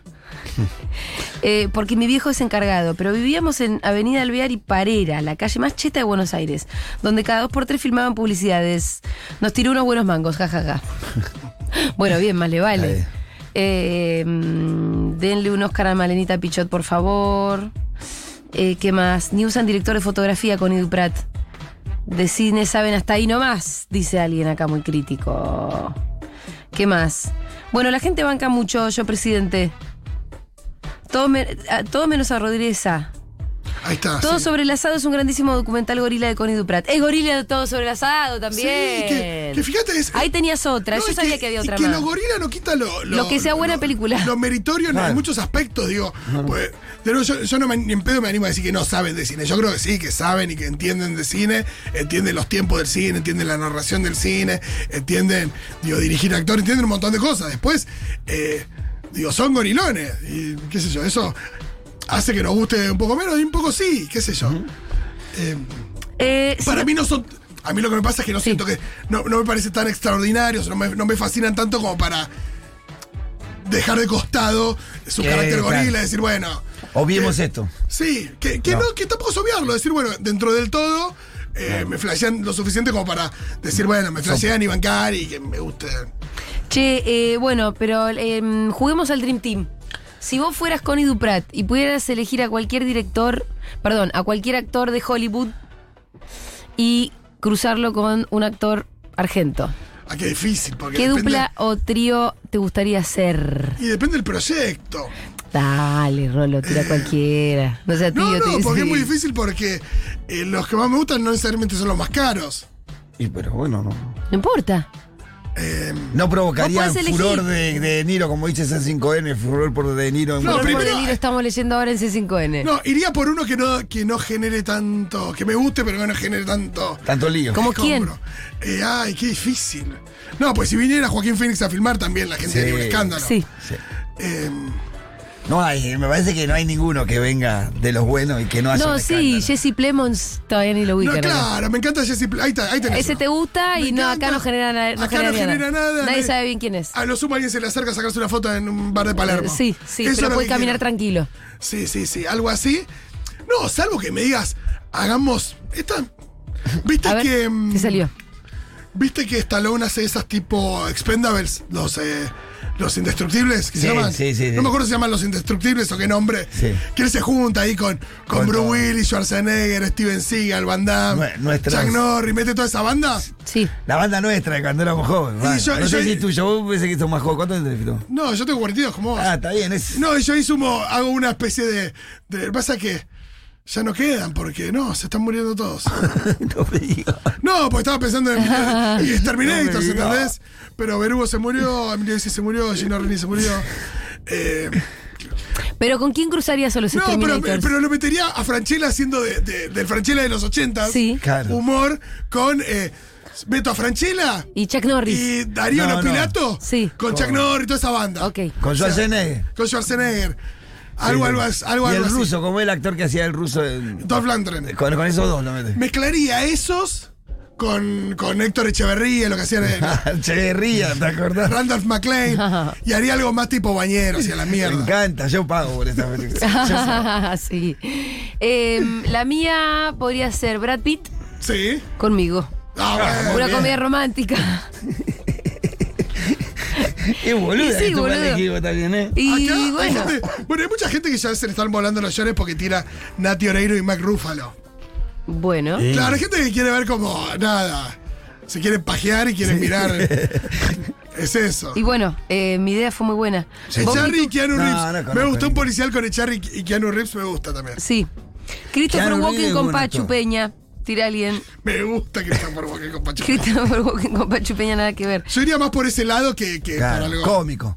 S1: Eh, porque mi viejo es encargado, pero vivíamos en Avenida Alvear y Parera, la calle más cheta de Buenos Aires, donde cada dos por tres filmaban publicidades. Nos tiró unos buenos mangos, jajaja. [laughs] bueno, bien, más le
S2: Ahí.
S1: vale. Eh, mm, denle un Oscar a Malenita Pichot, por favor. Eh, ¿Qué más? Ni usan director de fotografía con Idu Prat. De cine saben hasta ahí nomás, dice alguien acá muy crítico. ¿Qué más? Bueno, la gente banca mucho, yo presidente. Todo, me- a- todo menos a Rodríguez A.
S3: Ahí está.
S1: Todo
S3: Ah, sí.
S1: sobre el asado es un grandísimo documental gorila de Connie Duprat. Es gorila de todo sobre el asado
S3: Sí,
S1: también.
S3: que, que fíjate es...
S1: Ahí tenías otra,
S3: No,
S1: yo
S3: y
S1: sabía que, había
S3: y
S1: otra
S3: que
S1: más.
S3: lo gorila no quita lo...
S1: Lo que sea buena película.
S3: Lo meritorio en-
S2: Claro.
S3: en muchos aspectos, digo. pues, de nuevo, yo, yo no me, ni en pedo me animo a decir que no saben de cine. Yo creo que sí, que saben y que entienden de cine, entienden los tiempos del cine, entienden la narración del cine, entienden, digo, dirigir actor, entienden un montón de cosas. Después, eh, digo, son gorilones. Y qué sé yo, eso hace que nos guste un poco menos y un poco sí, qué sé yo. Eh,
S1: Eh,
S3: para mí no son... A mí lo que me pasa es que no
S1: Sí.
S3: siento que. No, no me parece tan extraordinario, no me, no me fascinan tanto como para dejar de costado su
S2: Eh,
S3: carácter
S2: claro.
S3: gorila y decir, bueno.
S2: Obviemos esto.
S3: Sí, que, que
S2: No.
S3: no. que tampoco es obviarlo, decir, bueno, dentro del todo, eh, me flashean lo suficiente como para decir, bueno, me flashean y bancar y que me guste.
S1: Che, eh, bueno, pero em, juguemos al Dream Team. Si vos fueras Connie Duprat y pudieras elegir a cualquier director, perdón, a cualquier actor de Hollywood y cruzarlo con un actor argento,
S3: Ah, qué difícil, porque.
S1: ¿qué
S3: depende-
S1: dupla o trío te gustaría ser?
S3: Y depende del proyecto.
S1: Dale, Rolo, tira cualquiera. No sea tío,
S3: No, no,
S1: te-
S3: porque es
S1: sí.
S3: muy difícil porque eh, los que más me gustan no necesariamente son los más caros.
S2: Y pero bueno, no.
S1: No importa.
S3: Eh,
S2: No provocaría
S1: Vos podés
S2: furor de,
S1: elegir.
S2: de De Niro, como dice C5N, furor por De Niro. en Guatemala.
S3: No,
S1: Por
S3: primero-
S1: el libro estamos leyendo ahora en C5N.
S3: no, iría por uno que no, que no genere tanto, que me guste, pero que no genere tanto.
S2: Tanto lío.
S1: ¿Cómo quién?
S3: escombro. Eh, ay, qué difícil. No, pues si viniera Joaquín Phoenix a filmar también, la gente
S2: Sí.
S3: haría un escándalo.
S1: Sí.
S2: Sí.
S3: Eh,
S2: No hay, eh, me parece que no hay ninguno que venga de los buenos y que
S3: Ah,
S2: no haya
S1: No,
S2: un
S1: sí,
S2: escándalo.
S1: Jesse Plemons todavía ni lo
S3: no,
S1: ubican. acá.
S3: claro, me encanta Jesse. Pl- Ahí, está, ahí tenés
S1: Ese
S3: uno.
S1: te gusta
S3: Me
S1: y no, acá
S3: encanta.
S1: no genera, na- no
S3: Acá
S1: genera
S3: no genera
S1: nada.
S3: nada,
S1: Nadie
S3: me- Ah,
S1: sabe bien quién es. Eh,
S3: A lo sumo alguien se le acerca a sacarse una foto en un bar de Palermo.
S1: Sí, sí,
S3: Eso es
S1: pero
S3: lo
S1: puede
S3: que
S1: caminar
S3: quiero.
S1: tranquilo.
S3: Sí, sí, sí, algo así. No, salvo que me digas, hagamos.
S1: [laughs]
S3: Esta. ¿Viste
S1: A ver,
S3: que. mm,
S1: te salió.
S3: ¿Viste que Stallone hace esas tipo Expendables? Los, eh, los indestructibles, que se
S2: Sí,
S3: llaman.
S2: sí, sí, sí.
S3: No me acuerdo si se llaman los indestructibles o qué nombre.
S2: Sí.
S3: Que él se junta ahí con, con
S2: Con
S3: Bruce
S2: todo.
S3: Willis, Schwarzenegger, Steven Seagal, Van Damme,
S2: Nue- nuestras-
S3: Jack Norris, mete toda esa banda.
S1: Sí.
S2: La banda nuestra de cuando éramos jóvenes.
S3: Y
S2: va.
S3: yo-
S2: no sé
S3: yo-
S2: si tuyo, vos pensé que sos más joven. ¿Cuánto te Fito?
S3: No, yo tengo 42 como vos.
S2: Ah, está bien, es.
S3: No, y yo ahí sumo, hago una especie de. de lo que pasa es que ya no quedan, porque no, se están
S2: [laughs]
S3: muriendo todos.
S2: [laughs] no me digas.
S3: No, pues estaba pensando en
S2: [laughs]
S3: y es Terminator,
S2: No me digas.
S3: ¿entendés? Pero Berugo se murió, Emilio Dizzy se murió, Gino Rini
S2: [laughs]
S3: se murió. Eh,
S1: Pero ¿con quién cruzarías a los
S3: no, pero,
S1: Exterminators?
S3: pero lo metería a Franchella haciendo de, de- del Franchella de los 80
S1: Sí.
S2: Claro.
S3: humor con eh, Beto a Franchella
S1: Y Chuck Norris.
S3: y Darío
S2: No, no.
S3: Lopilato
S1: Sí.
S3: con Chuck Norris y toda esa banda.
S1: Ok.
S2: Con Schwarzenegger.
S3: Con Schwarzenegger. Algo, algo, as- algo,
S2: Y
S3: algo
S2: el
S3: así.
S2: ruso, como el actor que hacía el ruso. en-
S3: Dolph Lundgren.
S2: Con, con esos dos lo metes. [laughs]
S3: Mezclaría esos con, con Héctor Echeverría, lo que hacían
S2: [laughs]
S3: en
S2: Cheverría, ¿te acordás?
S3: Randolph McLean.
S1: [laughs]
S3: Y haría algo más tipo bañero, hacia la
S2: Me
S3: mierda.
S2: encanta, yo pago por esta
S3: [laughs]
S2: película.
S1: [laughs] sí. Em, la mía podría ser Brad Pitt
S3: Sí.
S1: conmigo.
S3: Ah, bueno.
S1: Una
S2: bien.
S1: comedia
S3: [laughs]
S1: romántica.
S2: Qué boluda
S1: Y sí,
S2: que tú
S1: boludo.
S2: equipo también, ¿eh?
S1: Y
S3: Acá hay
S1: bueno.
S3: gente- bueno, hay mucha gente que ya se le están volando los llores porque tira Nati Oreiro y Mac Ruffalo.
S1: Bueno.
S2: Sí.
S3: Claro, hay gente que quiere ver como nada. Se quieren pajear y
S2: [laughs]
S3: quieren mirar. es eso.
S1: Y bueno, eh, mi idea fue muy buena. Vos-
S3: Echarri y Keanu
S2: No, no
S3: Reeves.
S2: conozco
S3: me gustó un
S2: ningún-
S3: policial con Echarri y Keanu Reeves, me gusta también.
S1: Sí. Christopher
S2: Keanu
S1: Walken
S2: Reeves,
S1: con
S2: buen
S1: Pachu
S2: actor.
S1: Peña. Tira alguien.
S3: Me gusta que están por Walker
S1: [laughs]
S3: con Pacheco.
S1: Christopher Walken con Pachu Peña, nada que ver.
S3: Yo iría más por ese lado que, que
S2: Claro,
S3: por algo.
S2: cómico.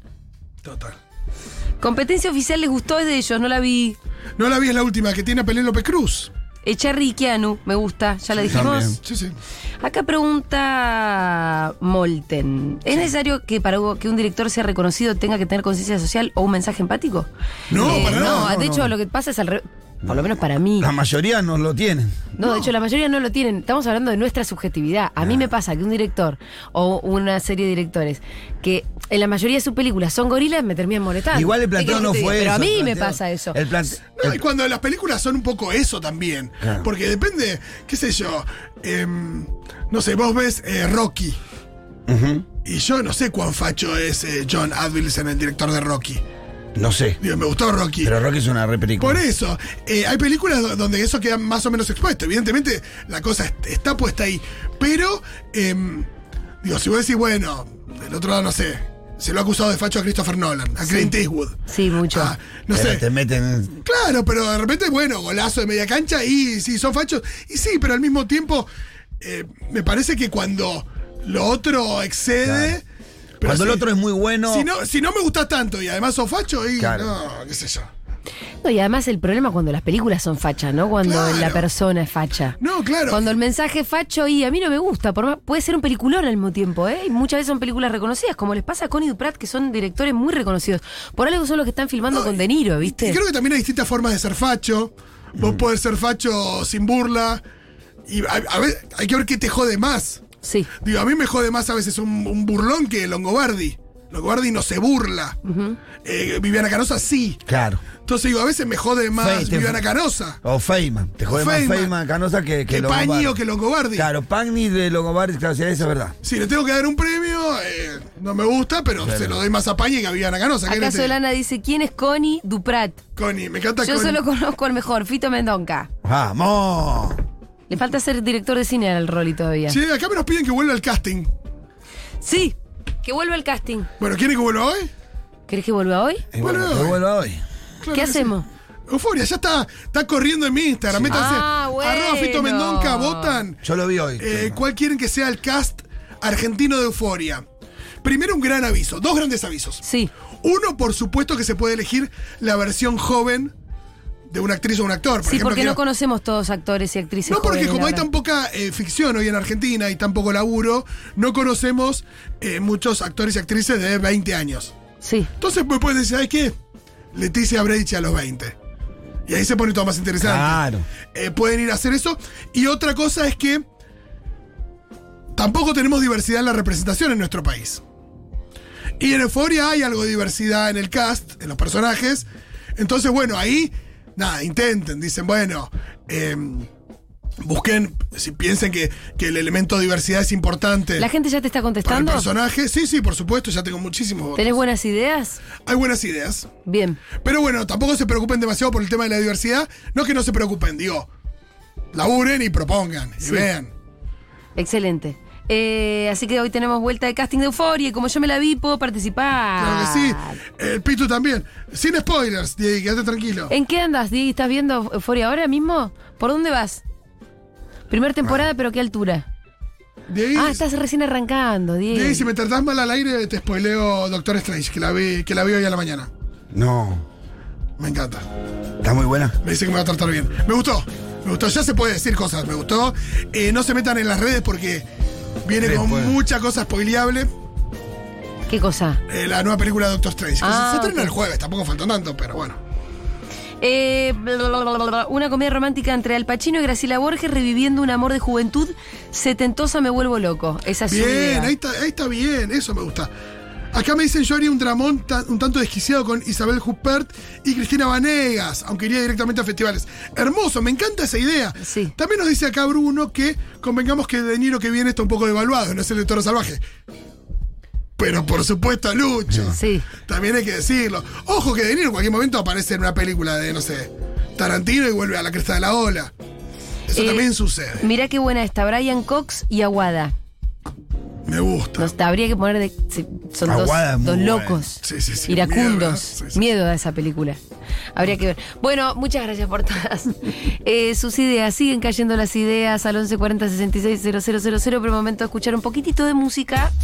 S3: Total.
S1: Competencia oficial les gustó, es de ellos, no la vi.
S3: No la vi, es la última, que tiene a Pelén López Cruz.
S1: Echarri y Keanu, me gusta, ya la dijimos.
S2: también.
S3: Sí, sí.
S1: Acá pregunta Molten. ¿Es necesario que para que un director sea reconocido tenga que tener conciencia social o un mensaje empático? Eh,
S3: No, para
S1: no,
S3: nada,
S1: de
S3: no,
S1: hecho
S2: no.
S1: lo que pasa es al revés. Por lo menos para mí.
S2: La mayoría no lo tienen.
S1: No, de hecho la mayoría no lo tienen. Estamos hablando de nuestra subjetividad. A mí me pasa que un director o una serie de directores que en la mayoría de sus películas son gorilas me terminan molestando.
S2: Igual el
S1: ¿Qué
S2: planteo
S1: querés
S2: no
S1: que te
S2: fue
S1: diga?
S2: eso.
S1: Pero a mí
S2: el
S1: me
S2: planteo-
S1: pasa eso.
S2: El plan-
S3: No,
S2: el-
S3: y cuando las películas son un poco eso también.
S2: Claro.
S3: Porque depende, qué sé yo. em, no sé, vos ves eh, Rocky.
S2: Ujú.
S3: Y yo no sé cuán facho es eh, John Advilson, el director de Rocky.
S2: No sé.
S3: Digo, me gustó Rocky.
S2: Pero Rocky es una re película.
S3: Por eso, eh, hay películas do- donde eso queda más o menos expuesto. Evidentemente, la cosa est- está puesta ahí. Pero, em, digo, si vos decís, bueno, del otro lado no sé. Se lo ha acusado de facho a Christopher Nolan, a Clint Eastwood.
S1: Sí, mucho.
S3: Ah, no
S2: Pero
S3: sé.
S2: Te meten.
S3: Claro, pero de repente, bueno, golazo de media cancha y sí, son fachos. Y sí, pero al mismo tiempo, eh, me parece que cuando lo otro excede. pero
S2: Cuando el
S3: sí,
S2: otro es muy bueno.
S3: Si no, si no me gusta tanto y además sos facho, y
S2: Claro.
S3: no, qué sé yo.
S1: No, y además el problema es cuando las películas son facha, ¿no? Cuando
S3: Claro.
S1: la persona es facha.
S3: No, claro.
S1: Cuando el mensaje es facho y a mí no me gusta, por más, puede ser un peliculón al mismo tiempo, ¿eh? Y muchas veces son películas reconocidas, como les pasa a Connie Duprat, que son directores muy reconocidos. Por algo son los que están filmando con De Niro, ¿viste?
S2: Mm.
S3: Y creo que también hay distintas formas de ser facho. Vos podés ser facho sin burla. Y a, a ver, hay que ver qué te jode más.
S1: Sí.
S3: Digo, a mí me jode más a veces un, un burlón que Longobardi. Longobardi no se burla. Eh, Viviana Canosa sí.
S2: Claro.
S3: Entonces digo, a veces me jode más
S2: Fe- te-
S3: Viviana Canosa.
S2: O Feynman. Te jode más
S3: Feynman.
S2: Feynman Canosa que, que
S3: Que
S2: Longobardi.
S3: Pagni o que Longobardi.
S2: Claro, Pagni de Longobardi, claro, sí, esa es verdad.
S3: Si le tengo que dar un premio, eh, no me gusta, pero se lo doy más a Pañi que a Viviana Canosa. ¿Qué
S1: Acá
S3: querés?
S1: Solana dice, ¿quién es Connie Duprat?
S3: Connie, me encanta
S1: Yo
S3: Connie.
S1: solo conozco al mejor, Fito Mendonca.
S2: ¡Vamos!
S1: Le falta ser director de cine al Rolly todavía.
S3: Che, acá me nos piden que vuelva al casting.
S1: Sí, que vuelva al casting.
S3: Bueno, ¿quieren que vuelva hoy?
S1: ¿Querés que vuelva hoy?
S2: Y bueno,
S3: Bueno.
S2: te vuelvo a hoy.
S3: Claro
S1: ¿Qué
S3: que sí.
S1: hacemos?
S3: Euforia, ya está, está corriendo en mi Instagram. Métanse.
S1: Ah, bueno.
S3: Arroba Fito Mendonca, votan.
S2: Yo lo vi hoy.
S3: Eh, ¿Cuál quieren que sea el cast argentino de Euforia? Primero un gran aviso, dos grandes avisos.
S1: Sí.
S3: Uno, por supuesto, que se puede elegir la versión joven de una actriz o un actor. Por
S1: sí,
S3: ejemplo,
S1: porque no
S3: quiero-
S1: conocemos todos actores y actrices.
S3: No, porque
S1: jóvenes,
S3: como
S1: la
S3: hay
S1: verdad.
S3: tan poca eh, ficción hoy en Argentina y tan poco laburo, no conocemos eh, muchos actores y actrices de 20 años.
S1: Sí.
S3: Entonces me puedes decir, ¿sabes qué? Leticia Brecha a los 20. Y ahí se pone todo más interesante.
S2: Claro.
S3: Eh, pueden ir a hacer eso. Y otra cosa es que tampoco tenemos diversidad en la representación en nuestro país. Y en Euforia hay algo de diversidad en el cast, en los personajes. Entonces, bueno, ahí, nada, intenten, dicen, bueno, em, busquen, si piensen que, que el elemento diversidad es importante
S1: ¿La gente ya te está
S3: para el
S1: contestando?
S3: personaje. Sí, sí, por supuesto, ya tengo muchísimos votos.
S1: ¿Tenés buenas ideas?
S3: Hay buenas ideas.
S1: Bien.
S3: Pero bueno, tampoco se preocupen demasiado por el tema de la diversidad. No es que no se preocupen, digo. Laburen y propongan y vean.
S1: Excelente. Eh, así que hoy tenemos vuelta de casting de Euforia y como yo me la vi, puedo
S3: Claro
S1: participar.
S3: que sí. El Pitu también. Sin spoilers, Diego, quédate tranquilo.
S1: ¿En qué andas, Di? ¿Estás viendo Euforia ahora mismo? ¿Por dónde vas? Primer temporada,
S3: Ah.
S1: pero ¿qué altura?
S3: Diego,
S1: Ah, estás recién arrancando, Di.
S3: Diego, si me tratás mal al aire, te spoileo Doctor Strange, que la vi, que la vi hoy a la mañana.
S2: No.
S3: Me encanta.
S2: Está muy buena.
S3: Me dice que me va a tratar bien. Me gustó. Me gustó. Ya se puede decir cosas. Me gustó. Eh, no se metan en las redes porque viene con
S2: Después.
S3: mucha cosa spoileable.
S1: ¿Qué cosa?
S3: eh, la nueva película de Doctor Strange. que
S1: Ah,
S3: se, se estrena
S1: ok.
S3: el jueves, tampoco faltan tanto, pero bueno.
S1: Eh, bla, bla, bla, bla, bla. una comedia romántica entre Al Pacino y Graciela Borges reviviendo un amor de juventud setentosa me vuelvo loco. Esa es su idea.
S3: Bien, ahí está, ahí está bien, eso me gusta. Acá me dicen yo haría un dramón ta- un tanto desquiciado con Isabel Huppert y Cristina Vanegas, aunque iría directamente a festivales. Hermoso, me encanta esa idea.
S1: Sí.
S3: También nos dice acá Bruno que convengamos que De Niro que viene está un poco devaluado, no es el de Toro Salvaje. Pero por supuesto, Lucho.
S1: Sí.
S3: También hay que decirlo. Ojo que De Niro en cualquier momento aparece en una película de, no sé, Tarantino y vuelve a la cresta de la ola. Eso
S1: Eh,
S3: también sucede.
S1: Mirá qué buena está Brian Cox y Aguada.
S3: Me gusta.
S1: Nos habría que poner de. sí, Son dos-
S2: Aguada es
S1: dos,
S2: muy buena.
S1: locos.
S3: Sí, sí, sí, miedo, ¿verdad?
S1: iracundos.
S3: Sí,
S1: Miedo,
S3: sí.
S1: a esa película. Habría que ver. Bueno, muchas gracias por todas [laughs] eh, sus ideas. Siguen cayendo las ideas al 1140 66 000, pero momento de escuchar un poquitito de música.